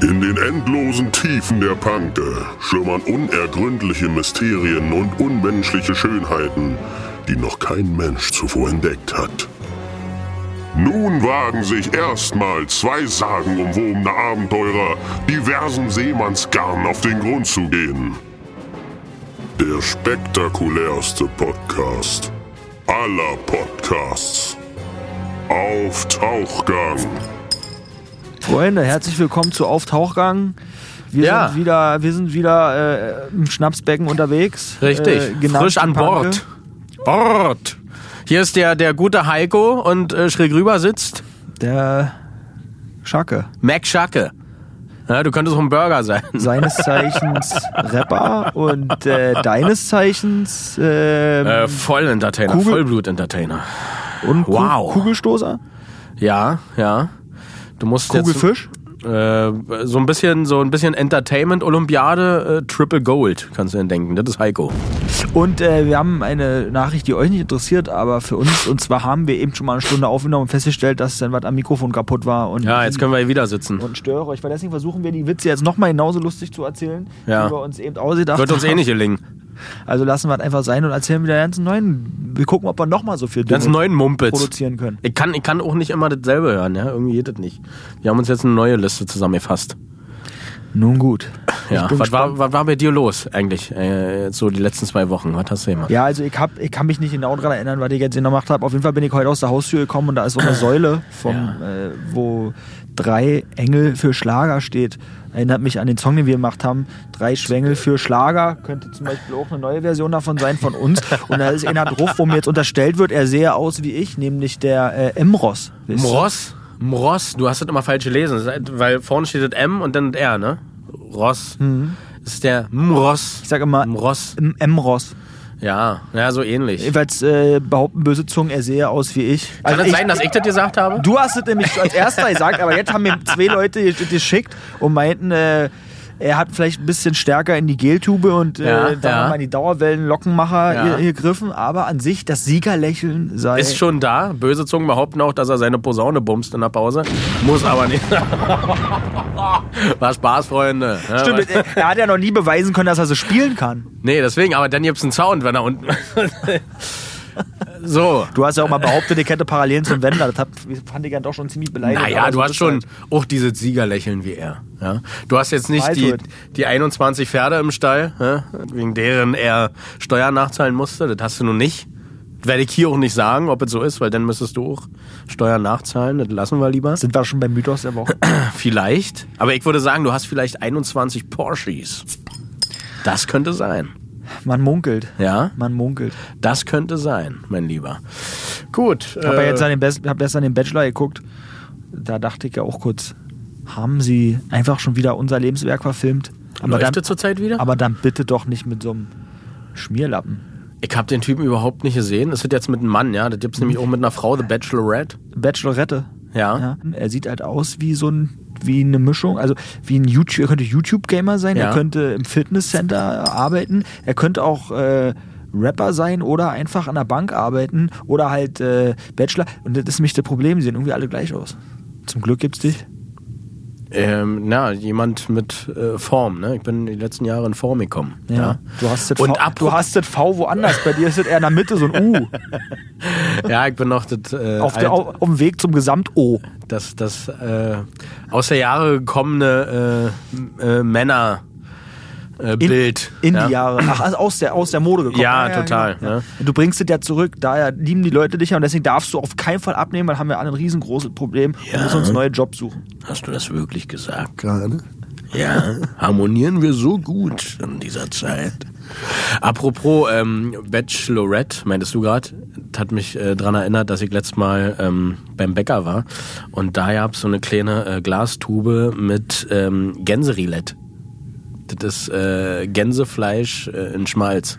In den endlosen Tiefen der Panke schlummern unergründliche Mysterien und unmenschliche Schönheiten, die noch kein Mensch zuvor entdeckt hat. Nun wagen sich erstmals zwei sagenumwobene Abenteurer diversen Seemannsgarn auf den Grund zu gehen. Der spektakulärste Podcast aller Podcasts. Auf Tauchgang. Freunde, herzlich willkommen zu Auftauchgang. Wir Ja. sind wieder, wir sind wieder äh, im Schnapsbecken unterwegs. Äh, Richtig. genau Frisch an Panke. Bord. Bord. Hier ist der, der gute Heiko und äh, schräg rüber sitzt Der Schacke. Mac Schacke. Ja, du könntest auch ein Burger sein. Seines Zeichens Rapper und äh, deines Zeichens ähm, Äh, Voll-Entertainer, Kugel- Vollblut-Entertainer. und Ku- wow. Kugelstoßer? Ja, ja. Du musst Kugelfisch? jetzt äh, so ein bisschen, so ein bisschen Entertainment-Olympiade, äh, Triple Gold, kannst du denn denken. Das ist Heiko. Und äh, wir haben eine Nachricht, die euch nicht interessiert, aber für uns. Und zwar haben wir eben schon mal eine Stunde aufgenommen und festgestellt, dass dann was am Mikrofon kaputt war. Und Ja, jetzt können wir hier wieder sitzen. und störe euch, weil deswegen versuchen wir die Witze jetzt nochmal genauso lustig zu erzählen, Ja. wie wir uns eben ausgedacht Wird uns eh haben. nicht gelingen. Also lassen wir es einfach sein und erzählen wieder ganz neuen. Wir gucken, ob wir nochmal so viel Ganz Dinge neuen Mumpitz. produzieren können. Ich kann, ich kann auch nicht immer dasselbe hören, ja? Irgendwie geht das nicht. Wir haben uns jetzt eine neue Liste zusammengefasst. Nun gut. Ich Ja. bin Was war, gespannt. was war bei dir los eigentlich? Äh, jetzt so die letzten zwei Wochen. Was hast du gemacht? ja, also ich, hab, ich kann mich nicht genau daran erinnern, was ich jetzt genau gemacht habe. Auf jeden Fall bin ich heute aus der Haustür gekommen und da ist so eine Säule, vom, äh, wo drei Engel für Schlager steht. Erinnert mich an den Song, den wir gemacht haben. Drei Schwengel für Schlager. Könnte zum Beispiel auch eine neue Version davon sein von uns. Und da ist einer drauf, wo mir jetzt unterstellt wird, er sehe aus wie ich, nämlich der äh, Emros. Weißt du? Mross? Mross? Du hast das immer falsch gelesen. Das ist- Weil vorne steht das M und dann das R, ne? Ross. Das ist der Mross. Ich sage immer Mross. Em- Emros. Ja, ja, so ähnlich. Jedenfalls äh, behaupten böse Zungen, er sehe aus wie ich. Kann Also es ich, sein, dass ich das gesagt habe? Du hast es nämlich als erster gesagt, aber jetzt haben mir zwei Leute gesch- geschickt und meinten, äh, er hat vielleicht ein bisschen stärker in die Geltube und äh, Ja, da ja. haben wir die Dauerwellen-Lockenmacher Ja. ge- gegriffen, aber an sich das Siegerlächeln sei. Ist schon da. Böse Zungen behaupten auch, dass er seine Posaune bumst in der Pause. Muss aber nicht. War Spaß, Freunde. Ja, war- Stimmt, äh, er hat ja noch nie beweisen können, dass er so spielen kann. Nee, deswegen, aber dann gibt's einen Sound, wenn er unten. so. Du hast ja auch mal behauptet, ich hätte Parallelen zum Wendler. Das hab, fand ich ja doch schon ziemlich beleidigend. Naja, aber so du hast ist schon halt. auch dieses Siegerlächeln wie er. Ja? Du hast jetzt nicht die, Waldwirt. die 21 Pferde im Stall, ja? wegen deren er Steuern nachzahlen musste. Das hast du nun nicht. Das Werde ich hier auch nicht sagen, ob es so ist, weil dann müsstest du auch Steuern nachzahlen. Das lassen wir lieber. Sind wir schon beim Mythos der Woche? Vielleicht. Aber ich würde sagen, du hast vielleicht 21 Porsches. Das könnte sein. Man munkelt. Ja, Man munkelt. das könnte sein, mein Lieber. Gut. Ich habe äh, ja jetzt an den Best, hab gestern den Bachelor geguckt. Da dachte ich ja auch kurz, haben sie einfach schon wieder unser Lebenswerk verfilmt? Aber läuft dann, das zurzeit wieder? aber dann bitte doch nicht mit so einem Schmierlappen. Ich habe den Typen überhaupt nicht gesehen. Das wird jetzt mit einem Mann, ja. Das gibt's nämlich auch mit einer Frau, The Bachelorette. Bachelorette. Ja. Ja. Er sieht halt aus wie so ein wie eine Mischung, also wie ein YouTube, er könnte YouTube-Gamer sein, Ja. er könnte im Fitnesscenter arbeiten, er könnte auch äh, Rapper sein oder einfach an der Bank arbeiten oder halt äh, Bachelor. Und das ist nämlich das Problem, sie sehen irgendwie alle gleich aus. Zum Glück gibt's dich. Ähm, na, jemand mit äh, Form, ne? Ich bin die letzten Jahre in Form gekommen. Ja. Du hast das, Und v, apro- du hast das V woanders. Bei dir ist das eher in der Mitte so ein U. Ja, ich bin noch das, äh, Auf, der, alt- auf, auf dem Weg zum Gesamt-O. das, das äh, aus der Jahre gekommene äh, äh, Männer. Äh, Bild. In ja? die Jahre. Ach, also aus der, aus der Mode gekommen. Ja, total, ne? genau. ja. Du bringst es ja zurück. Daher lieben die Leute dich ja und deswegen darfst du auf keinen Fall abnehmen, weil haben wir alle ein riesengroßes Problem und müssen uns neue Jobs suchen. Hast du das wirklich gesagt gerade? Ja, harmonieren wir so gut in dieser Zeit. Apropos ähm, Bachelorette, meintest du gerade, hat mich äh, daran erinnert, dass ich letztes Mal ähm, beim Bäcker war und da gab es so eine kleine äh, Glastube mit ähm, Gänserillette. Das ist äh, Gänsefleisch äh, in Schmalz.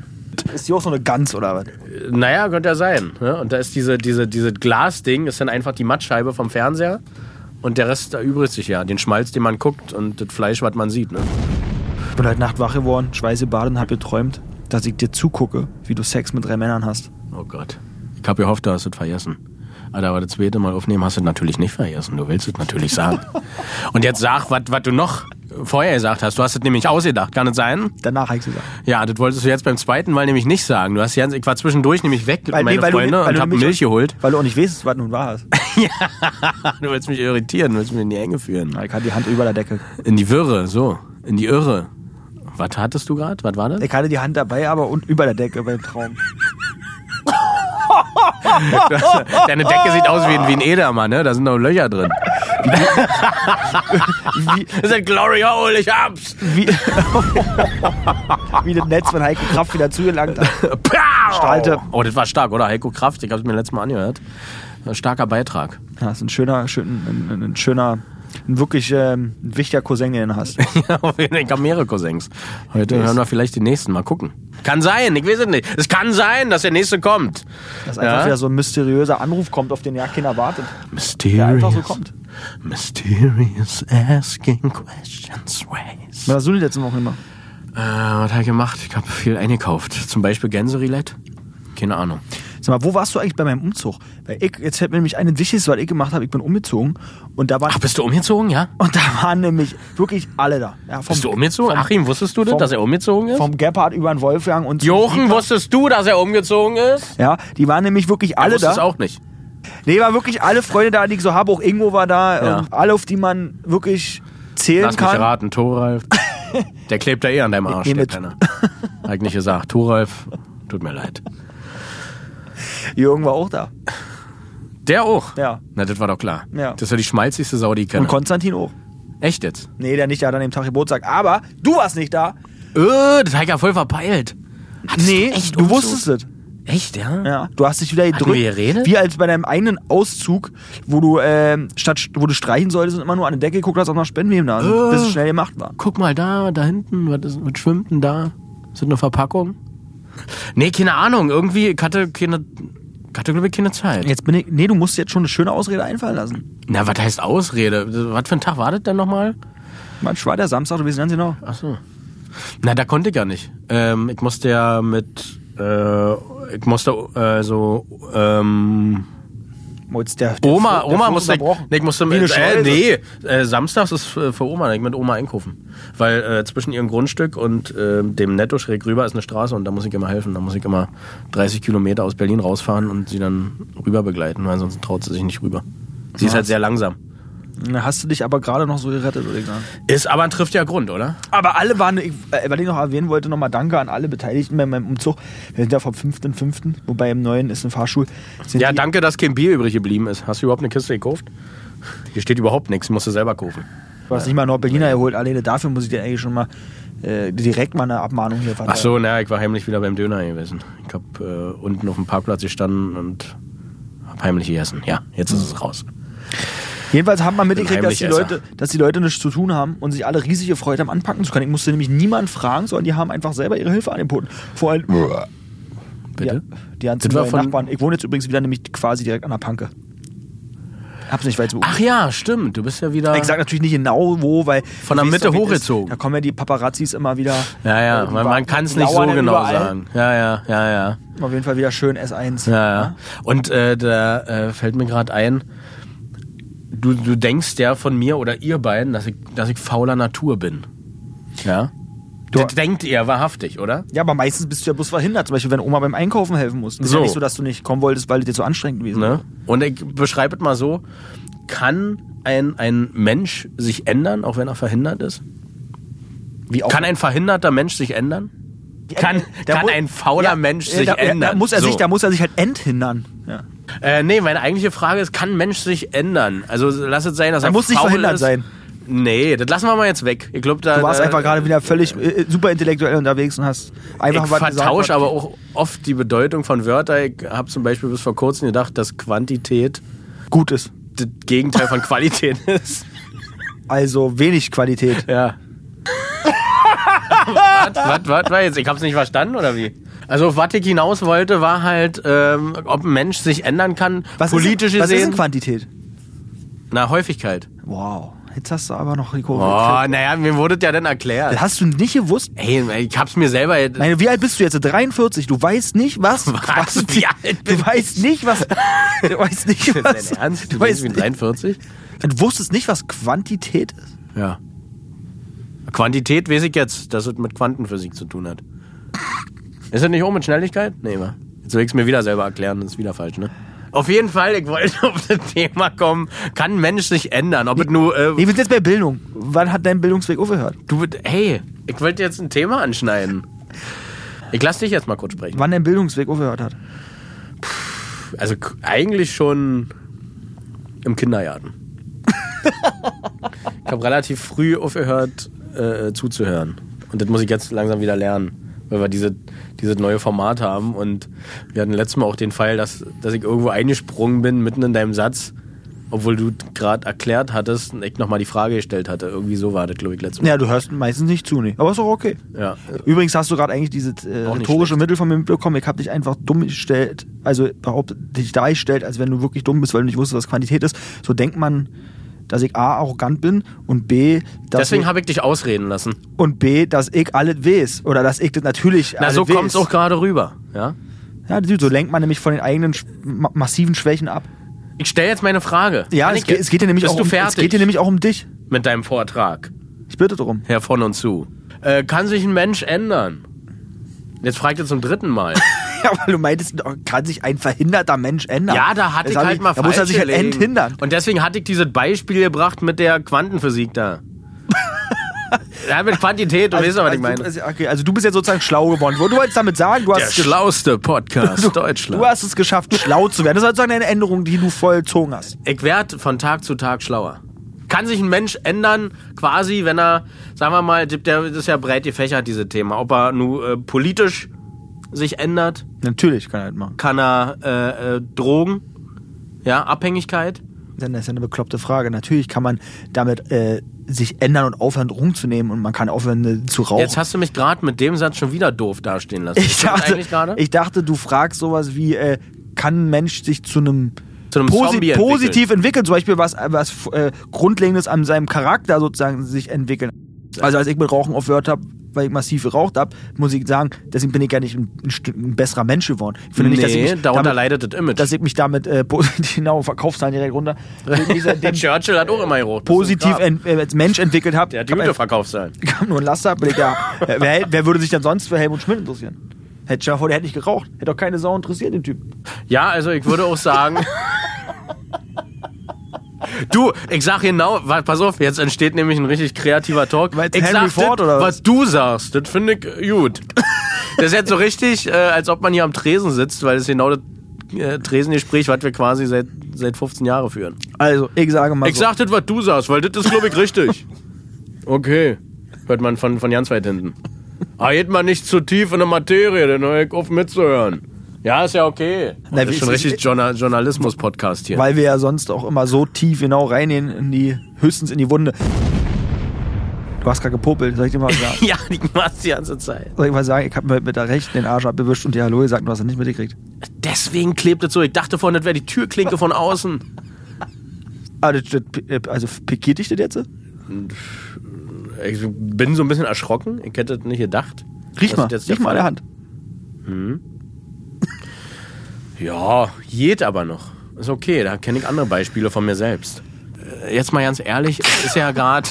Ist die auch so eine Gans oder was? Naja, könnte ja sein. Ne? Und da ist diese, diese, diese Glasding, ist dann einfach die Mattscheibe vom Fernseher. Und der Rest erübrigt sich ja. Den Schmalz, den man guckt und das Fleisch, was man sieht. Ne? Ich bin heute Nacht wach geworden, schweißebadet und hab geträumt, dass ich dir zugucke, wie du Sex mit drei Männern hast. Oh Gott. Ich hab gehofft, du hast es vergessen. Aber da wir das zweite Mal aufnehmen, hast du natürlich nicht vergessen. Du willst es natürlich sagen. Und jetzt sag, was du noch vorher gesagt hast. Du hast es nämlich ausgedacht. Kann es sein? Danach habe ich gesagt. Ja, das wolltest du jetzt beim zweiten Mal nämlich nicht sagen. Du hast Jens, ich war zwischendurch nämlich weg, Weil- meine nee, weil du- Freunde, weil und du hab nämlich- Milch geholt. Weil du auch nicht weißt, was nun war. Du willst mich irritieren, willst mich in die Enge führen. Ich hatte halt die Hand über der Decke. In die Wirre, so. In die Irre. Was hattest du gerade? Was war das? Ich hatte die Hand dabei, aber und über der Decke beim Traum. Deine Decke sieht aus wie ein, wie ein Edamer, ne? Da sind noch Löcher drin. Wie, Das ist ein Glory Hole, ich hab's! wie, wie das Netz von Heiko Kraft wieder zugelangt hat. Pow! Stalte. Oh, das war stark, oder? Heiko Kraft, ich hab's mir letztes Mal angehört. Ein starker Beitrag. Ja, ist ein schöner, schön, ein, ein, ein schöner, ein wirklich ähm, ein wichtiger Cousin, den du hast. Ja, ich hab mehrere Cousins. Heute hören wir vielleicht den nächsten. Mal gucken. Kann sein, ich weiß es nicht. Es kann sein, dass der nächste kommt. Dass einfach Ja? wieder so ein mysteriöser Anruf kommt, auf den ja keiner wartet. Der einfach Mysterious. so kommt. Mysterious asking questions ways. Was hast du die letzten Wochen immer? Äh, was hab ich gemacht? Ich hab viel eingekauft. Zum Beispiel Gänserillette. Keine Ahnung. Sag mal, wo warst du eigentlich bei meinem Umzug? Weil ich, jetzt hätte mir nämlich einen Wichtiges, was ich gemacht habe, ich bin umgezogen und da waren, Ach, bist du umgezogen, ja? und da waren nämlich wirklich alle da. Ja, vom, Bist du umgezogen? Achim, wusstest du das, vom- dass er umgezogen ist? vom Gebhardt über den Wolfgang und Jochen, wusstest du, dass er umgezogen ist? Ja, die waren nämlich wirklich alle wusste da. es auch nicht. Nee, waren wirklich alle Freunde da, die ich so habe. Auch Ingo war da. Ja. Und alle, auf die man wirklich zählen Lass mich kann. raten, Thoralf. Der klebt da eh an deinem Arsch, nehm der mit. Penner. Hab ich nicht gesagt. Thoralf, tut mir leid. Jürgen war auch da. Der auch? Ja. Na, das war doch klar. Ja. Das war die schmalzigste Sau, die ich Und kenne. Konstantin auch. Echt jetzt? Nee, der nicht, der hat an dem Tag Geburtstag. Aber du warst nicht da. Äh, das hab ich ja voll verpeilt. Hattest nee, echt du Umzug? wusstest es. Echt, ja? Ja, du hast dich wieder gedrückt. wir geredet? Wie als bei deinem eigenen Auszug, wo du, ähm, statt, wo du streichen solltest und immer nur an die Decke geguckt hast, ob noch Spendenweben da sind. Äh. Bis es schnell gemacht war. Guck mal da, da hinten, was, ist, was schwimmt denn da? Ist das eine Verpackung? Nee, keine Ahnung. Irgendwie, ich hatte keine, ich hatte, glaube ich, keine Zeit. Jetzt bin ich, nee, du musst jetzt schon eine schöne Ausrede einfallen lassen. Na, was heißt Ausrede? Was für ein Tag war das denn nochmal? Mensch, war der Samstag, du weißt ganz genau. Ach so. Na, da konnte ich ja nicht. Ähm, ich musste ja mit, äh, ich musste äh, so, ähm, Oh, jetzt Der, der Oma, Flo- der Oma Flo musste, unterbrochen. nee, ich musste Wie eine mit, äh, Schleuse. nee, äh, samstags ist für, für Oma, ich mit Oma einkaufen. Weil äh, zwischen ihrem Grundstück und äh, dem Netto schräg rüber ist eine Straße und da muss ich immer helfen. Da muss ich immer 30 Kilometer aus Berlin rausfahren und sie dann rüber begleiten, weil sonst traut sie sich nicht rüber. Sie ist halt sehr langsam. Na, hast du dich aber gerade noch so gerettet, würde ich sagen. Ist aber ein triftiger Grund, oder? Aber alle waren, ich, äh, was ich noch erwähnen wollte, nochmal Danke an alle Beteiligten bei meinem Umzug. Wir sind ja vom 5.5., wobei im neuen ist ein Fahrschul. Sind Ja, die- danke, dass kein Bier übrig geblieben ist. Hast du überhaupt eine Kiste gekauft? Hier steht überhaupt nichts, musst du selber kaufen. Du hast nicht mal Nordberliner erholt, alleine dafür muss ich dir eigentlich schon mal äh, direkt mal eine Abmahnung hier Ach verteilen. so, naja, ich war heimlich wieder beim Döner gewesen. Ich hab äh, unten auf dem Parkplatz gestanden und hab heimlich gegessen. Ja, jetzt ist es raus. Jedenfalls haben wir mitgekriegt, Bin dass die, Heimlichesser. Leute, dass die Leute nichts zu tun haben und sich alle riesig gefreut haben, anpacken zu können. Ich musste nämlich niemanden fragen, sondern die haben einfach selber ihre Hilfe angeboten. Vor allem Oh, Bitte? Ja, die ganzen Das war neuen von- Nachbarn. Ich wohne jetzt übrigens wieder nämlich quasi direkt an der Panke. Hab's nicht weit so. Ach ja, stimmt. Du bist ja wieder. Ich sag natürlich nicht genau wo, weil. Äh, Von der du weißt doch, Mitte wie es hochgezogen. ist. Da kommen ja die Paparazzis immer wieder. Ja, äh, ja, die man, wa- man kann es nicht so lauern ja genau überall. sagen. Ja, ja, ja, ja. Auf jeden Fall wieder schön S1. Ja, ja. Und äh, da äh, fällt mir gerade ein, du, du denkst ja von mir oder ihr beiden, dass ich, dass ich fauler Natur bin. Ja? Du- das denkt ihr wahrhaftig, oder? Ja, aber meistens bist du ja bloß verhindert. Zum Beispiel, wenn Oma beim Einkaufen helfen muss. Ist So. ja nicht so, dass du nicht kommen wolltest, weil es dir zu anstrengend gewesen Ne? Und ich beschreibe es mal so: Kann ein, ein Mensch sich ändern, auch wenn er verhindert ist? Wie auch- Kann ein verhinderter Mensch sich ändern? Kann, Da kann mu- ein fauler Ja, Mensch ja, sich da, ändern? Da muss, er So. sich, da muss er sich halt enthindern. Ja. Äh, nee, meine eigentliche Frage ist, kann ein Mensch sich ändern? Also lass es sein, dass er, muss nicht faul verhindert ist. sein. Nee, das lassen wir mal jetzt weg. Ich glaube, da Du warst da- einfach gerade wieder völlig äh, super intellektuell unterwegs und hast einfach ich was gesagt, vertausche was- aber auch oft die Bedeutung von Wörtern. Ich habe zum Beispiel bis vor kurzem gedacht, dass Quantität gut ist. das Gegenteil von Qualität ist. Also wenig Qualität. Ja. was, was, was war jetzt? Ich hab's nicht verstanden, oder wie? Also, auf was ich hinaus wollte, war halt, ähm, ob ein Mensch sich ändern kann, Was politisch ist, was ist gesehen. denn Quantität? Na, Häufigkeit. Wow. Jetzt hast du aber noch die Oh, Kurve. gekriegt. naja, mir wurde das ja dann Das erklärt. hast du nicht gewusst? Ey, ich hab's mir selber. Ich meine, wie alt bist du jetzt? 43. Du weißt nicht, was. Was? Wie alt bin Du weißt nicht, was. Du weißt nicht, Ist was. das dein Ernst? Du, Du bist weißt wie nicht, 43? du wusstest nicht, was Quantität ist? Ja. Quantität weiß ich jetzt, dass es mit Quantenphysik zu tun hat. Ist das nicht auch mit Schnelligkeit? Nee, wa? Jetzt will ich es mir wieder selber erklären, das ist wieder falsch, ne? Auf jeden Fall, ich wollte auf das Thema kommen. Kann ein Mensch sich ändern? Ob es nur. Äh, Nee, wir sind jetzt bei Bildung. Wann hat dein Bildungsweg aufgehört? du, hey, ich wollte jetzt ein Thema anschneiden. Ich lass dich jetzt mal kurz sprechen. Wann dein Bildungsweg aufgehört hat? Also k- eigentlich schon im Kindergarten. ich habe relativ früh aufgehört äh, zuzuhören. Und das muss ich jetzt langsam wieder lernen, weil wir diese, dieses neue Format haben. Und wir hatten letztes Mal auch den Fall, dass, dass ich irgendwo eingesprungen bin, mitten in deinem Satz, obwohl du gerade erklärt hattest und ich nochmal die Frage gestellt hatte. Irgendwie so war das, glaube ich, letztes Mal. Ja, du hörst meistens nicht zu, nee. Aber ist auch okay. Ja. Übrigens hast du gerade eigentlich dieses äh, Auch nicht rhetorische schlecht. Mittel von mir mitbekommen. Ich habe dich einfach dumm gestellt, also behauptet, dich dargestellt, als wenn du wirklich dumm bist, weil du nicht wusstest, was Quantität ist. So denkt man, dass ich A, arrogant bin und B, dass, Deswegen ich, habe ich dich ausreden lassen. und B, dass ich alles weiß. Oder dass ich das natürlich Na, alles so weiß. kommt es auch gerade rüber. Ja? Ja, dude, so lenkt man nämlich von den eigenen sch- ma massiven Schwächen ab. Ich stelle jetzt meine Frage. Ja, Kann es, ich ge- jetzt- es geht dir nämlich Bist auch du um, fertig es geht dir nämlich auch um dich. mit deinem Vortrag? Ich bitte darum. Herr von und zu. Äh, kann sich ein Mensch ändern? Jetzt fragt ihr zum dritten Mal. Ja, weil du meintest, oh, kann sich ein verhinderter Mensch ändern? ja, da hatte Das ich hab halt mal Da muss er falsch sich halt gelegen. enthindern. Und deswegen hatte ich dieses Beispiel gebracht mit der Quantenphysik da. ja, mit Quantität, Also du weißt doch, was ich meine. du, okay, also du bist jetzt sozusagen schlau geworden. Du wolltest damit sagen, du hast, Der es gesch- schlauste Podcast Deutschland. du hast es geschafft, schlau zu werden. Das ist sozusagen eine Änderung, die du vollzogen hast. ich werde von Tag zu Tag schlauer. Kann sich ein Mensch ändern, quasi, wenn er, sagen wir mal, der das ist ja breit gefächert, diese Thema. Ob er nur äh, politisch sich ändert, Natürlich kann er halt machen. kann er äh, äh, Drogen, ja, Abhängigkeit. Denn das ist ja eine bekloppte Frage. Natürlich kann man damit äh, sich ändern und aufhören, rumzunehmen und man kann aufhören äh, zu rauchen. Jetzt hast du mich gerade mit dem Satz schon wieder doof dastehen lassen. ich, Ist das dachte, eigentlich gerade? ich dachte, du fragst sowas wie, äh, kann ein Mensch sich zu einem Zu einem Zombie entwickeln. positiv entwickeln, zum Beispiel was, was äh, Grundlegendes an seinem Charakter sozusagen sich entwickeln. Also als ich mit Rauchen aufgehört habe, weil ich massiv geraucht habe, muss ich sagen, deswegen bin ich ja nicht ein, ein, Stück- ein besserer Mensch geworden. Ich finde nicht, dass ich Nee, mich darunter damit, leidet das Image. dass ich mich damit äh, positiv, genau, Verkaufszahlen direkt runter, mit dieser- dem Churchill hat auch immer gerochen. positiv Der ent, äh, als Mensch entwickelt habe. hat die Hüte verkauft sein. Ich hab nur einen Laster, aber Digga, äh, wer, wer würde sich denn sonst für Helmut Schmidt interessieren? Hätte schon vor, der hätte nicht geraucht. Hätte doch keine Sau interessiert, den Typ. Ja, also ich würde auch sagen. Du, ich sag genau, wa- pass auf, jetzt entsteht nämlich ein richtig kreativer Talk. Weil jetzt ich Henry sag Ford das, oder was? was du sagst, das finde ich äh, gut. Das ist jetzt so richtig, äh, als ob man hier am Tresen sitzt, weil das ist genau das äh, Tresengespräch, was wir quasi seit, seit 15 Jahren führen. Also, ich sage mal Ich sag das, was du sagst, weil das ist, glaube ich, richtig. Okay. Hört man von, von ganz weit hinten. Ah, geht mal nicht zu tief in der Materie, dann hör ich auf mitzuhören. Ja, ist ja okay. Na, das wie ist schon ist es- richtig Journa- Journalismus-Podcast hier. weil wir ja sonst auch immer so tief genau reingehen, in die, höchstens in die Wunde. Du hast gerade gepopelt, soll ich dir mal was sagen? ja, die machst die ganze Zeit. Soll ich mal sagen, ich hab mir mit der rechten den Arsch abgewischt und dir Hallo gesagt, du hast es nicht mitgekriegt. Deswegen klebt es so. Ich dachte vorhin, das wäre die Türklinke von außen. Ah, das, das, äh, also pikiert dich das jetzt? Ich bin so ein bisschen erschrocken. Ich hätte das nicht gedacht. Riech Das mal, ist jetzt der riech mal an Fall. der Hand. Ja, geht aber noch. Ist okay, da kenne ich andere Beispiele von mir selbst. Äh, Jetzt mal ganz ehrlich, es ist ja gerade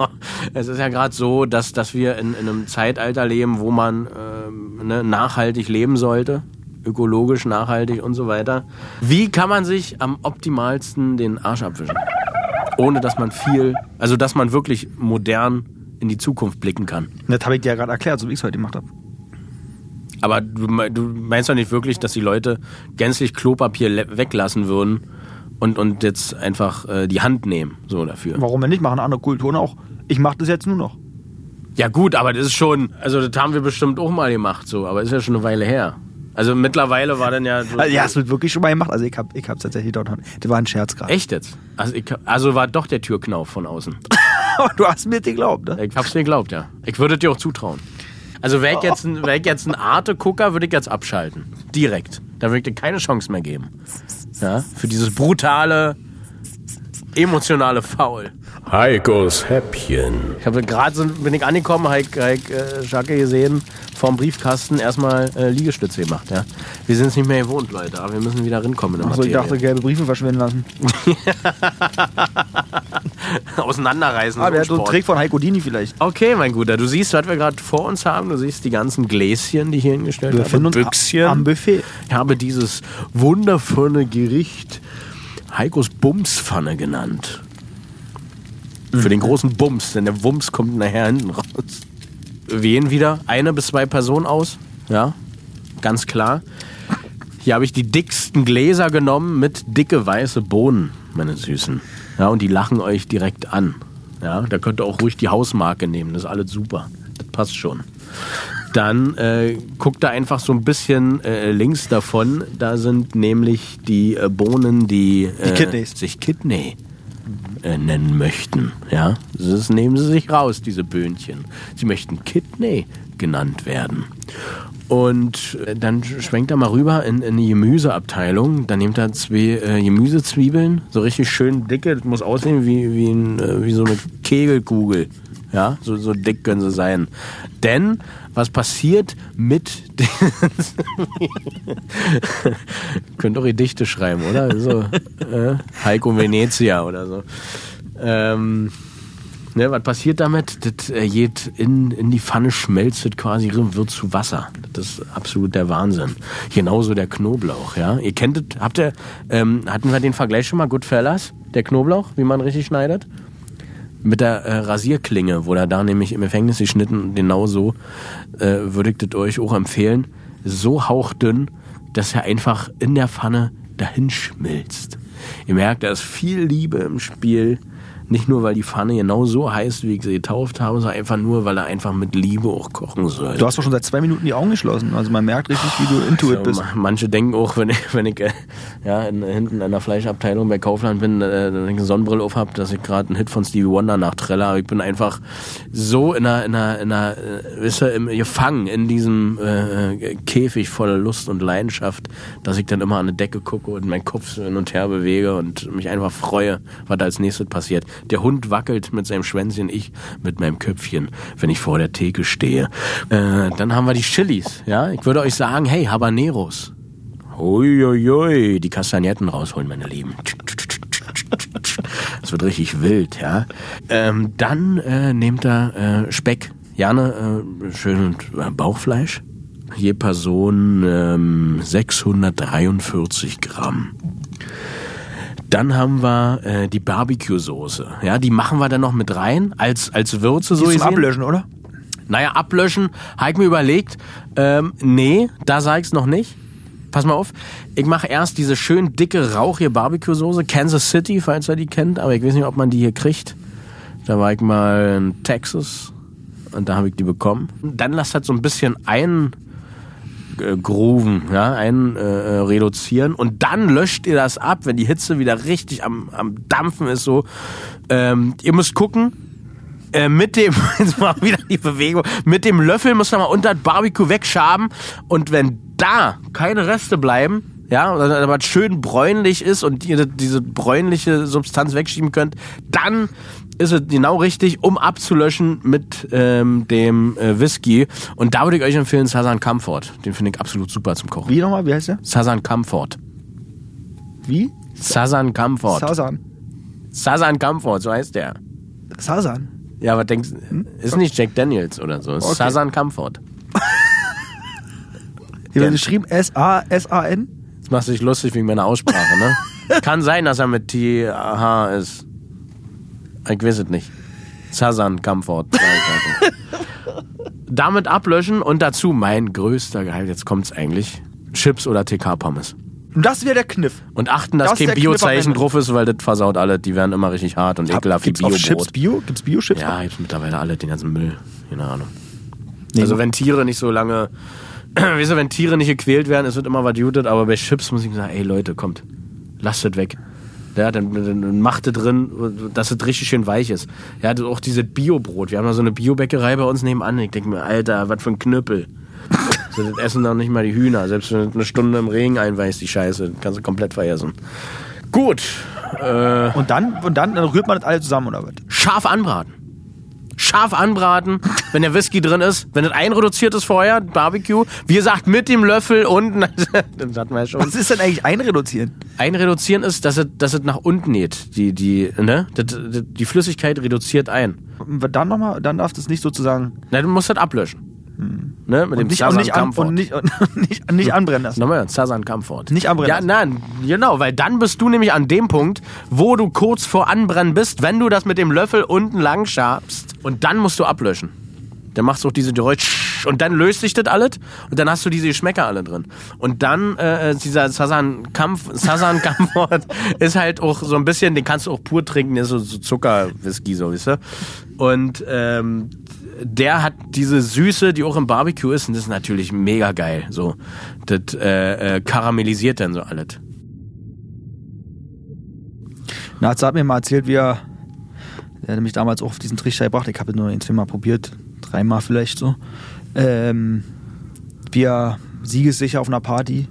es ist ja gerade so, dass, dass wir in, in einem Zeitalter leben, wo man ähm, ne, nachhaltig leben sollte, ökologisch nachhaltig und so weiter. Wie kann man sich am optimalsten den Arsch abwischen, ohne dass man viel, also dass man wirklich modern in die Zukunft blicken kann? Das habe ich dir ja gerade erklärt, so wie ich es heute gemacht habe. Aber du, me- du meinst doch nicht wirklich, dass die Leute gänzlich Klopapier le- weglassen würden und, und jetzt einfach äh, die Hand nehmen, so dafür. Warum denn nicht? Machen andere Kulturen auch. Ich mache das jetzt nur noch. Ja gut, aber das ist schon, also das haben wir bestimmt auch mal gemacht, so, aber ist ja schon eine Weile her. Also mittlerweile war dann ja... So, Also, ja, es wird wirklich schon mal gemacht. Also ich habe ich hab's tatsächlich dort. Das war ein Scherz gerade. Echt jetzt? Also, ich, also war doch der Türknauf von außen. Du hast mir nicht geglaubt, ne? Ich hab's mir geglaubt, ja. Ich würde dir auch zutrauen. Also wäre ich jetzt ein, wär ich jetzt ein Arte-Gucker, würde ich jetzt abschalten. Direkt. Da würde ich dir keine Chance mehr geben. Ja? Für dieses brutale, emotionale Foul. Heikos Häppchen. Ich habe gerade so, bin ich angekommen, Heik, Heik äh, Schacke gesehen, vorm Briefkasten erstmal äh, Liegestütze gemacht. Ja? Wir sind es nicht mehr gewohnt, Leute, aber wir müssen wieder rinkommen. in der Achso, ich dachte, Materie. gelbe Briefe verschwinden lassen. Auseinanderreißen. Ah, der hat so einen so Sport. Trick von Heiko Dini vielleicht. Okay, mein Guter, du siehst, was wir gerade vor uns haben. Du siehst die ganzen Gläschen, die hier hingestellt Wir werden. finden uns Büchschen. am Buffet. Ich habe dieses wundervolle Gericht Heikos Bumspfanne genannt. Für den großen Bums, denn der Wumms kommt nachher hinten raus. Wählen wieder eine bis zwei Personen aus. Ja, ganz klar. Hier habe ich die dicksten Gläser genommen mit dicke weiße Bohnen, meine Süßen. Ja, und die lachen euch direkt an. Ja, da könnt ihr auch ruhig die Hausmarke nehmen, das ist alles super. Das passt schon. Dann äh, guckt da einfach so ein bisschen äh, links davon. Da sind nämlich die äh, Bohnen, die, äh, Kidneys. sich Kidney äh, nennen möchten. Ja, das nehmen sie sich raus, diese Böhnchen. Sie möchten Kidney genannt werden. Und äh, dann sch- schwenkt er mal rüber in, in die Gemüseabteilung. Dann nimmt er zwei äh, Gemüsezwiebeln, so richtig schön dicke. Das muss aussehen wie, wie, ein, äh, wie so eine Kegelkugel. Ja, so, so dick können sie sein. Denn was passiert mit Könnt doch ihr Dichte schreiben, oder? So, äh, Heiko Venezia oder so. Ähm, ne, was passiert damit? Das äh, geht in, in die Pfanne, schmelzt quasi rin, wird zu Wasser. Das ist absolut der Wahnsinn. Genauso der Knoblauch, ja. Ihr kennt das, habt ihr, ähm, hatten wir den Vergleich schon mal, Goodfellas, der Knoblauch, wie man richtig schneidet? Mit der äh, Rasierklinge, wo er da nämlich im Gefängnis geschnitten, genau so, äh, würde ich das euch auch empfehlen. So hauchdünn, dass er einfach in der Pfanne dahin schmilzt. Ihr merkt, da ist viel Liebe im Spiel. Nicht nur, weil die Pfanne genau so heißt, wie ich sie getauft habe, sondern einfach nur, weil er einfach mit Liebe auch kochen soll. Du hast doch schon seit zwei Minuten die Augen geschlossen. Also man merkt richtig, wie du into it Ja, bist. ma- Manche denken auch, wenn, ich- wenn ich äh, ja, in, hinten in der Fleischabteilung bei Kaufland bin, äh, dass ich eine Sonnenbrille auf habe, dass ich gerade einen Hit von Stevie Wonder nachträlle. Aber ich bin einfach so in einer, in einer, in einer äh, wisst ihr, im, gefangen in diesem äh, Käfig voller Lust und Leidenschaft, dass ich dann immer an eine Decke gucke und meinen Kopf so hin und her bewege und mich einfach freue, was da als nächstes passiert. Der Hund wackelt mit seinem Schwänzchen, ich mit meinem Köpfchen, wenn ich vor der Theke stehe. Äh, dann haben wir die Chilis, ja. Ich würde euch sagen, hey, Habaneros. Uiuiui, die Kastagnetten rausholen, meine Lieben. Das wird richtig wild, ja. Ähm, dann äh, nehmt er äh, Speck, gerne äh, schön äh, Bauchfleisch. Je Person ähm, 643 Gramm. Dann haben wir äh, die Barbecue-Soße. Ja, die machen wir dann noch mit rein als als Würze so So zum gesehen. Ablöschen, oder? Naja, ablöschen, habe ich mir überlegt. Ähm, nee, da sage ich's noch nicht. Pass mal auf, ich mache erst diese schön dicke rauchige Barbecue-Soße, Kansas City, falls ihr die kennt, aber ich weiß nicht, ob man die hier kriegt. Da war ich mal in Texas und da habe ich die bekommen. Dann lasst halt so ein bisschen ein äh, grooven, ja, ein äh, äh, reduzieren und dann löscht ihr das ab, wenn die Hitze wieder richtig am, am dampfen ist so. Ähm, ihr müsst gucken, äh, mit dem, jetzt mal wieder die Bewegung, mit dem Löffel muss man mal unter das Barbecue wegschaben und wenn da keine Reste bleiben, ja, oder dann was schön bräunlich ist und ihr das- diese bräunliche Substanz wegschieben könnt, dann ist es genau richtig, um abzulöschen mit ähm, dem äh, Whisky. Und da würde ich euch empfehlen, Sazan Comfort. Den finde ich absolut super zum Kochen. Wie nochmal? Wie heißt der? Sazan Comfort. Wie? Sazan Comfort. Sazan. Sazan Comfort, so heißt der. Sazan. Ja, aber denkst ist nicht Jack Daniels oder so. Ist Hm? Okay. Sazan Comfort. Hier Ja. wird geschrieben S-A-S-A-N. Jetzt machst du dich lustig wegen meiner Aussprache, ne? Kann sein, dass er mit TH ist. Ich weiß es nicht. Sazan Comfort. Damit ablöschen und dazu mein größter Gehalt, jetzt kommt's eigentlich, Chips oder TK-Pommes. Und das wäre der Kniff. Und achten, dass Das ist der kein Kniff am Biozeichen Ende. drauf ist, weil das versaut alle. Die werden immer richtig hart und ekelhaft wie Gibt's auf Bio-Brot. Chips Bio? Gibt's Bio-Chips? Ja, gibt's mittlerweile alle den ganzen Müll. Keine Ahnung. also wenn Tiere nicht so lange, weißt du, wenn Tiere nicht gequält werden, es wird immer was jutet, aber bei Chips muss ich sagen, ey Leute, kommt, lasst das weg. Ja, dann, dann dann macht das drin, dass es richtig schön weich ist. Ja, das- auch dieses Bio-Brot. Wir haben da so eine Bio-Bäckerei bei uns nebenan. Ich denke mir, Alter, was für ein Knüppel. So, das essen doch nicht mal die Hühner. Selbst wenn du eine Stunde im Regen einweichst, die Scheiße, das kannst du komplett vergessen. Gut, Äh, Und dann, und dann, dann rührt man das alle zusammen oder was? scharf anbraten. Scharf anbraten, wenn der Whisky drin ist, wenn das einreduziert ist vorher, Barbecue. Wie gesagt, mit dem Löffel unten. das hatten wir ja schon. Was ist denn eigentlich einreduzieren? Einreduzieren ist, dass es, dass es nach unten geht. Die, die, ne? Das, das, die Flüssigkeit reduziert ein. Und Dann nochmal, dann darf das nicht sozusagen. Na, du musst das ablöschen. Ne? Mit dem Nicht, Hm. und, Zasan nicht an, Comfort. und, nicht, und nicht, nicht anbrennen lassen. Nochmal, Zasan Comfort. Nicht anbrennen Ja, lassen. nein, genau, weil dann bist du nämlich an dem Punkt, wo du kurz vor Anbrennen bist, wenn du das mit dem Löffel unten lang schabst und dann musst du ablöschen. Dann machst du auch diese Geräusch und dann löst sich das alles und dann hast du diese Geschmäcker alle drin. Und dann äh, dieser Sasan Kampf, Sasan Kampfort ist halt auch so ein bisschen, den kannst du auch pur trinken, der ist so, so Zuckerwhisky, so weißt du. Und ähm, der hat diese Süße, die auch im Barbecue ist, und das ist natürlich mega geil. So, das äh, äh, karamellisiert dann so alles. Nazi hat mir mal erzählt, wie er, der hat mich damals auch auf diesen Trichter gebracht, ich habe nur ein, zweimal probiert, dreimal vielleicht so, ähm, wie er siegessicher auf einer Party,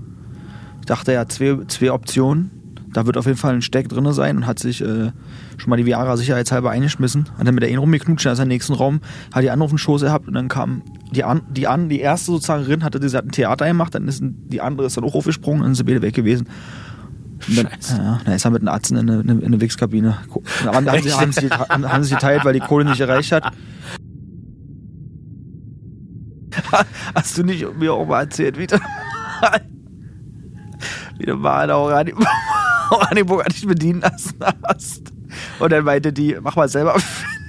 ich dachte, er hat zwei, zwei Optionen, da wird auf jeden Fall ein Steck drin sein und hat sich äh, schon mal die Viara sicherheitshalber eingeschmissen, hat dann mit der einen rumgeknutscht, dann ist er im nächsten Raum, hat die andere auf den Schoß gehabt und dann kam die, an, die, an, die erste sozusagen rin, hatte sie hat ein Theater gemacht, dann ist die andere ist dann auch aufgesprungen und dann sind beide weg gewesen. Und Dann, Scheiße. Ja, da ist er mit einem Arzt in eine, in eine Wichskabine. Haben, haben, sie, Echt? haben, sie, haben, haben sie geteilt, weil die Kohle nicht erreicht hat. Hast du nicht mir auch mal erzählt, wie du, wie du mal in Oranienburg nicht bedienen lassen hast? Und dann meinte die, mach mal selber.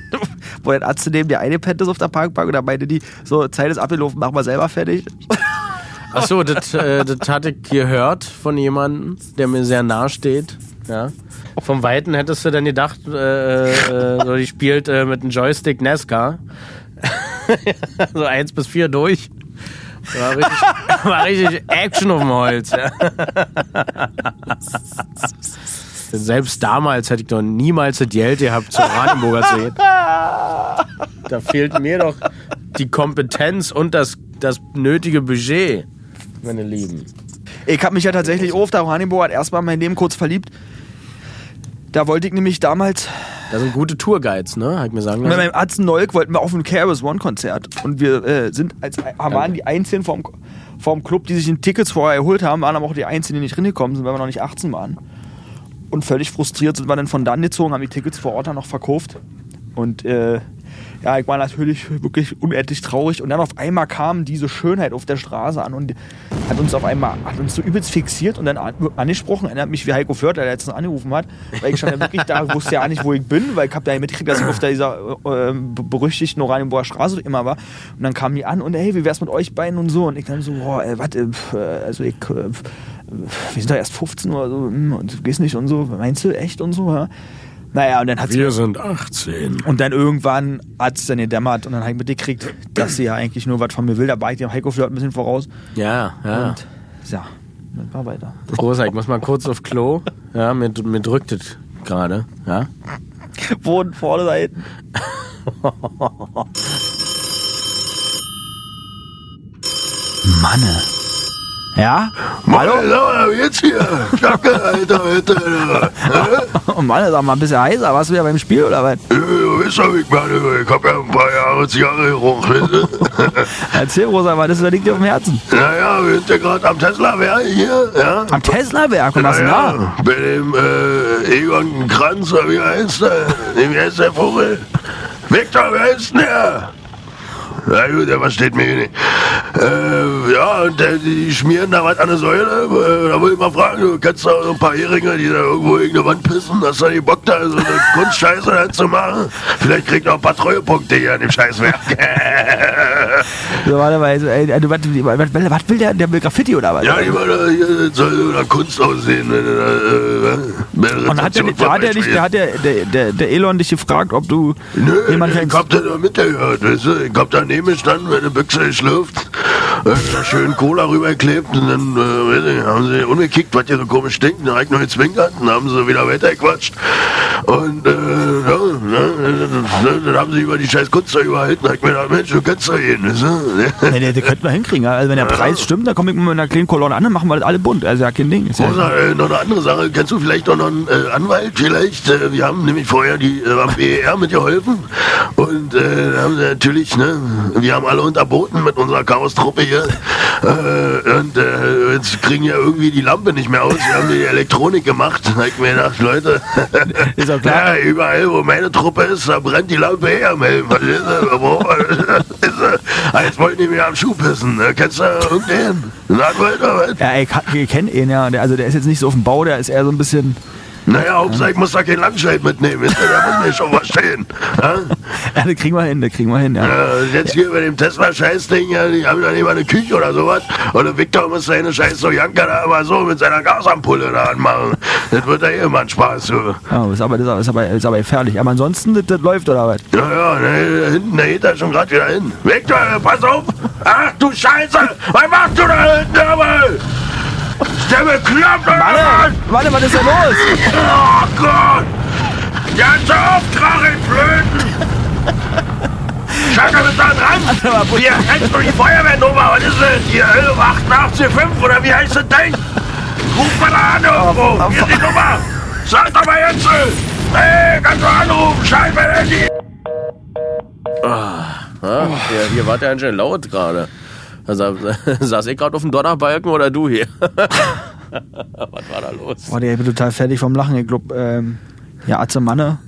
Wo der Arzt neben dir eingepennt ist auf der Parkbank und dann meinte die, so, Zeit ist abgelaufen, mach mal selber fertig. Ach so, das, äh, das hatte ich gehört von jemandem, der mir sehr nahe steht. Ja. Vom Weiten hättest du dann gedacht, äh, äh, so, die spielt äh, mit einem Joystick NASCAR. so eins bis vier durch. War richtig, war richtig Action auf dem Holz. Ja. Selbst damals hätte ich doch niemals das Geld gehabt, zu Oranienburger zu gehen. Da fehlt mir doch die Kompetenz und das, das nötige Budget, meine Lieben. Ich habe mich ja tatsächlich auf der Oranienburg hat erstmal in mein Leben kurz verliebt. Da wollte ich nämlich damals Da sind gute Tourguides, ne? Hat mir sagen mit lassen. meinem Arzt Neuk wollten wir auf ein Careless One Konzert und wir äh, sind als waren die einzigen vom, vom Club, die sich die Tickets vorher erholt haben, waren aber auch die einzigen, die nicht reingekommen sind, weil wir noch nicht 18 waren. Und völlig frustriert sind wir dann von dann gezogen, haben die Tickets vor Ort dann noch verkauft und äh, ja, ich war natürlich wirklich unendlich traurig. Und dann auf einmal kam diese Schönheit auf der Straße an und hat uns auf einmal hat uns so übelst fixiert und dann an- angesprochen. Erinnert mich, wie Heiko Förder letztens angerufen hat. Weil ich stand ja wirklich da, wusste ja nicht, wo ich bin, weil ich habe ja mitgekriegt, dass ich auf dieser äh, äh, berüchtigten Oranienburger Straße immer war. Und dann kamen die an und hey, wie wär's mit euch beiden und so. Und ich dann so, boah, ey, warte, pf, äh, also ich. Äh, pf, wir sind doch erst 15 oder so, hm, und du gehst nicht und so, meinst du echt und so, ja? Naja, und dann hat sie Wir sind 18. und dann irgendwann hat es dann gedämmert und dann habe ich mitgekriegt, dass sie ja eigentlich nur was von mir will. Da war ich dem Heiko Flirt ein bisschen voraus. Ja, ja. Und ja, dann war weiter. Rosa, ich muss mal kurz auf Klo. Ja, mir, mir drückt es gerade. Ja. Boden vorne da hinten. Manne. Ja? Hallo, jetzt hier. Kacke, Alter, Alter. Oh Mann, ist auch mal ein bisschen heißer. Warst du wieder beim Spiel oder was? Ihr Äh, wisst ja, wie ich meine, ich hab ja ein paar Jahre Zigarre gerochen. Erzähl, Rosa, mal, das liegt dir auf dem Herzen. Naja, wir sind ja gerade am Tesla werden hier, ja. Am Tesla-Werk und was denn da? ja, bei dem äh, Egon Kranz, oder wie heißt der? Wie heißt der Vogel? Victor, wie heißt denn der? Na gut, der versteht mich nicht. Äh, ja, und äh, die schmieren da was an der Säule. Äh, da wollte ich mal fragen, du kennst da so ein paar Heringe, die da irgendwo irgendeine Wand pissen, dass da die Bock da ist, so eine Kunstscheiße da zu machen. Vielleicht kriegt er auch ein paar Treuepunkte hier an dem Scheißwerk. So, warte mal, also, ey, du, was, was, will- was will der? Der will Graffiti oder was? Ja, die war da, hier soll so nach Kunst aussehen. Wenn du da, äh, Und hat der, der, hat der, nicht, der, hat der, der, der, der Elon dich gefragt, ob du Nö, jemand ich hab da nur mitgehört, weißt du? Ich hab daneben gestanden, meine Büchse geschlürft äh, da schön Cola rüberklebt und dann äh, weiß ich, haben sie umgekickt, was hier so komisch stinkt, dann direkt noch gezwinkert und haben sie wieder weitergequatscht. Und äh, ja, ne, dann- dann haben sie über die scheiß Kunst da überhalten. Da hab ich mir gedacht, Mensch, du kennst doch jeden. weißt du? Nee, nee, das könnten wir hinkriegen. ja. Also wenn der Preis stimmt, dann komme ich mit einer kleinen Kolonne an, dann machen wir das alle bunt. Also ja, kein Ding. Ist ja, Rosa, äh, noch eine andere Sache. Kennst du vielleicht auch noch einen äh, Anwalt? Vielleicht? Äh, wir haben nämlich vorher die äh, am BER mitgeholfen. Und äh, da haben sie natürlich, ne, wir haben alle unterboten mit unserer Chaos-Truppe hier. Äh, und äh, jetzt kriegen ja irgendwie die Lampe nicht mehr aus. Wir haben die Elektronik gemacht. Da hab ich mir gedacht, Leute, Ist auch klar. Ja, überall, wo meine Truppe ist, da brennt die Lampe eh am Helm. Was ist das? Wo- ist das? Ah, Jetzt wollten die mir am Schuh pissen. ne? Kennst du irgendeinen? Sag mal, was? ja ey, ka- ihr kennt ihn ja. Der, also der ist jetzt nicht so auf dem Bau, der ist eher so ein bisschen. Naja, Hauptsache, ich muss da kein Landscheid mitnehmen. Wisst ihr, da muss mir schon was stehen. Ja? Ja, das kriegen wir hin, das kriegen wir hin, ja. Äh, Jetzt hier über dem Tesla-Scheißding, ja, die haben da nicht mal eine Küche oder sowas. Oder Victor muss seine scheiß Sojanka da immer so mit seiner Gasampulle da anmachen. Das wird da eh immer ein Spaß. So. ja ist, aber, ist, aber, ist, aber, ist aber gefährlich. Aber ansonsten, das, das läuft, oder was? Ja, ja, ne, da hinten, da geht er schon gerade wieder hin. Victor, pass auf! Ach du Scheiße! Was machst du da hinten, Mann? Der bekloppt, Mann! Warte, was ist denn los? Oh Gott! Ganz auf, Krachelflöten! Schau mit da dran! Hier rennst du die Feuerwehrnummer, was ist das? Hier 18845 oder wie heißt das Ding? Ruf mal da an irgendwo! Hier ist die Nummer! Sag doch mal jetzt! äh, Ey, kannst du anrufen? Schalt mein Handy! Ah, hier, hier war der anscheinend laut gerade. Da sa- Saß ich gerade auf dem Donnerbalken oder du hier? Was war da los? Boah, Oh, der, ich bin total fertig vom Lachen. Ich glaub, ähm, ja, Atze Manne,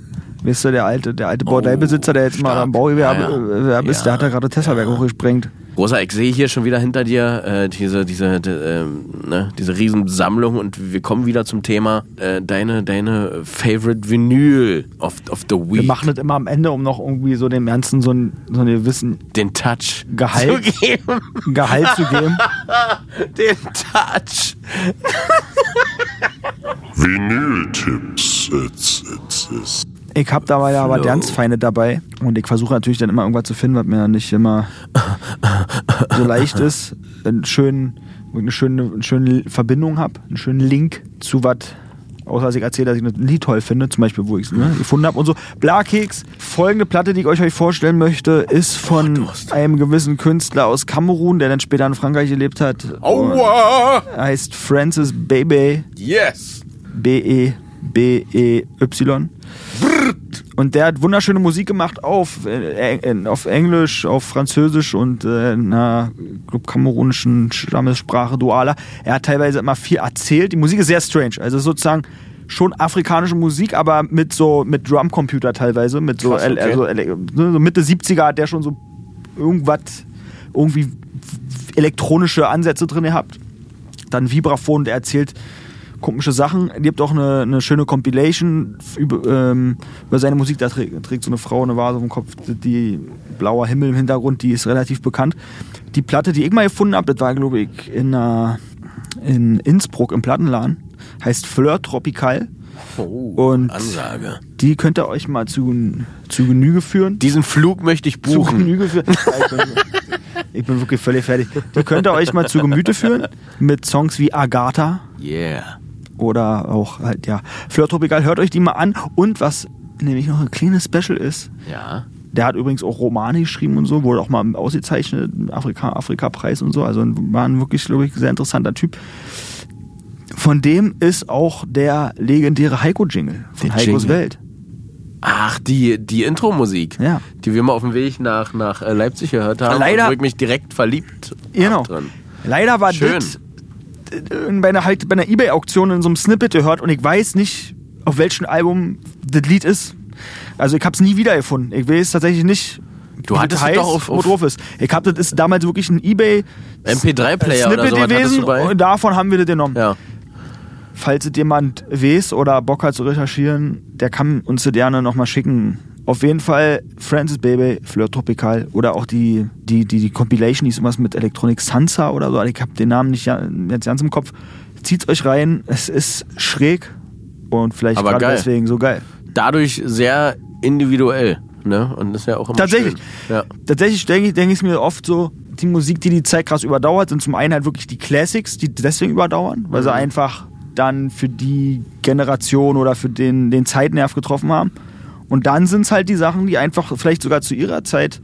weißt du, der alte, der alte Bordellbesitzer, der jetzt mal Oh, stark. am Baugewerbe Ja, ja. äh, Gewerbe ist, der hat da gerade Tesla-Werk hochgesprengt. Rosa, ich sehe hier schon wieder hinter dir äh, diese, diese, de, ähm, ne, diese Riesensammlung und wir kommen wieder zum Thema äh, deine, deine Favorite Vinyl of, of the Week. Wir machen das immer am Ende, um noch irgendwie so dem Ganzen so ein, so ein gewissen den Touch. Gehalt. Zu geben. Gehalt zu geben. Den Touch. Vinyltipps. It's, it's, it's. Ich hab dabei ja aber ganz Feine dabei und ich versuche natürlich dann immer irgendwas zu finden, was mir nicht immer so leicht ist. Einen schönen, eine, schöne, eine schöne Verbindung habe, einen schönen Link zu was. Außer dass ich erzähle, dass ich ein Lied toll finde, zum Beispiel, wo ich es ne, gefunden habe und so. Blakeks, folgende Platte, die ich euch euch vorstellen möchte, ist von einem gewissen Künstler aus Kamerun, der dann später in Frankreich gelebt hat. Aua! Er heißt Francis Bebe. Yes! E B-E-B-E-Y. E Und der hat wunderschöne Musik gemacht auf, äh, Eng- auf Englisch, auf Französisch und äh, in einer ich glaub, kamerunischen Stammessprache, Duala. Er hat teilweise immer viel erzählt. Die Musik ist sehr strange. Also sozusagen schon afrikanische Musik, aber mit so mit Drumcomputer teilweise, mit so, Krass, L- okay. also, L- ne, so Mitte 70er hat der schon so irgendwas irgendwie elektronische Ansätze drin gehabt dann Vibraphon, der erzählt komische Sachen. Es gibt auch eine, eine schöne Compilation über, ähm, über seine Musik. Da trägt, trägt so eine Frau eine Vase auf dem Kopf, die- die blauer Himmel im Hintergrund, die ist relativ bekannt. Die Platte, die ich mal gefunden habe, das war, glaube ich, in, einer, in Innsbruck im Plattenladen. Heißt Fleur Tropical. Oh, Und- Ansage. Die könnt ihr euch mal zu, zu Genüge führen. Diesen Flug möchte ich zu buchen. Genüge führen. Ich bin, ich bin wirklich völlig fertig. Die könnt ihr euch mal zu Gemüte führen mit Songs wie Agatha, Yeah. oder auch halt, ja, Fleur Tropical, hört euch die mal an. Und was nämlich noch ein kleines Special ist, Ja. der hat übrigens auch Romane geschrieben und so, wurde auch mal ausgezeichnet, Afrika, Afrika-Preis und so, also ein- war ein wirklich, glaube ich, sehr interessanter Typ. Von dem ist auch der legendäre Heiko-Jingle von Der Heikos Jingle. Welt. Ach, die, die Intro-Musik, Ja. die wir mal auf dem Weg nach, nach äh, Leipzig gehört haben, Leider- und wo ich mich direkt verliebt Genau. hab drin. Leider war Schön. das äh, bei einer, halt, bei einer Ebay-Auktion in so einem Snippet gehört und ich weiß nicht, auf welchem Album das Lied ist. Also ich habe es nie wiedergefunden. Ich weiß tatsächlich nicht, Du hattest es doch auf- wo auf- drauf ist. Ich habe das ist damals wirklich ein Ebay MP3-Player oder Snippet sowas hattest gewesen du bei? und davon haben wir das genommen. Ja. Falls es jemand weiß oder Bock hat zu recherchieren, der kann uns das gerne nochmal schicken. Auf jeden Fall Francis Baby, Fleur Tropical oder auch die, die, die, die Compilation, die ist irgendwas mit Electronic Sansa oder so. Ich habe den Namen nicht ja- jetzt ganz im Kopf. Zieht's euch rein, es ist schräg und vielleicht Aber gerade geil. deswegen so geil. Dadurch sehr individuell. Ne? Und ist ja auch immer Tatsächlich. Schön. Ja. Tatsächlich denke ich, denke ich mir oft so, die Musik, die die Zeit krass überdauert, sind zum einen halt wirklich die Classics, die deswegen überdauern, weil Mhm. sie einfach dann für die Generation oder für den, den Zeitnerv getroffen haben. Und dann sind es halt die Sachen, die einfach vielleicht sogar zu ihrer Zeit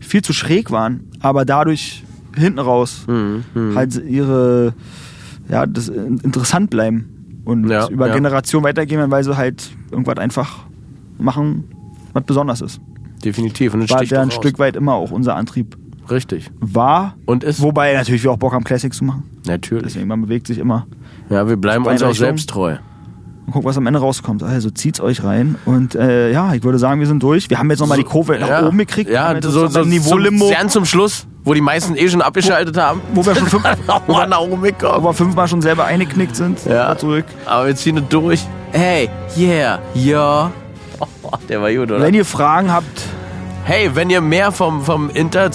viel zu schräg waren, aber dadurch hinten raus Mhm. halt ihre, ja, das äh, interessant bleiben und Ja, über ja. Generationen weitergehen, weil sie halt irgendwas einfach machen, was besonders ist. Definitiv. Und das War sticht der ein doch raus. Stück weit immer auch unser Antrieb Richtig. war. Und ist. Wobei natürlich wir auch Bock haben, Classics zu machen. Natürlich. Deswegen, man bewegt sich immer. Ja, wir bleiben uns auch Einrichtung. selbst treu. Und guck, was am Ende rauskommt. Also zieht's euch rein. Und äh, ja, ich würde sagen, wir sind durch. Wir haben jetzt nochmal die Kurve nach ja. oben gekriegt. Ja, Haben jetzt so, so sozusagen zum, Niveau-Limbo, ganz zum Schluss, wo die meisten eh schon abgeschaltet haben. wo wir schon fünf, Nochmal nach oben wo wegkommen. wir fünfmal schon selber eingeknickt sind. Ja. Zurück. Aber wir ziehen es durch. Hey, yeah, ja. Oh, der war gut, oder? Wenn ihr Fragen habt, Hey, wenn ihr mehr vom, vom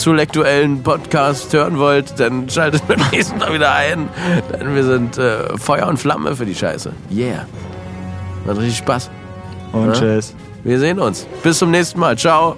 intellektuellen Podcast hören wollt, dann schaltet beim nächsten Mal wieder ein. Denn wir sind äh, Feuer und Flamme für die Scheiße. Yeah. Hat richtig Spaß. und Ja. tschüss. Wir sehen uns. Bis zum nächsten Mal. Ciao.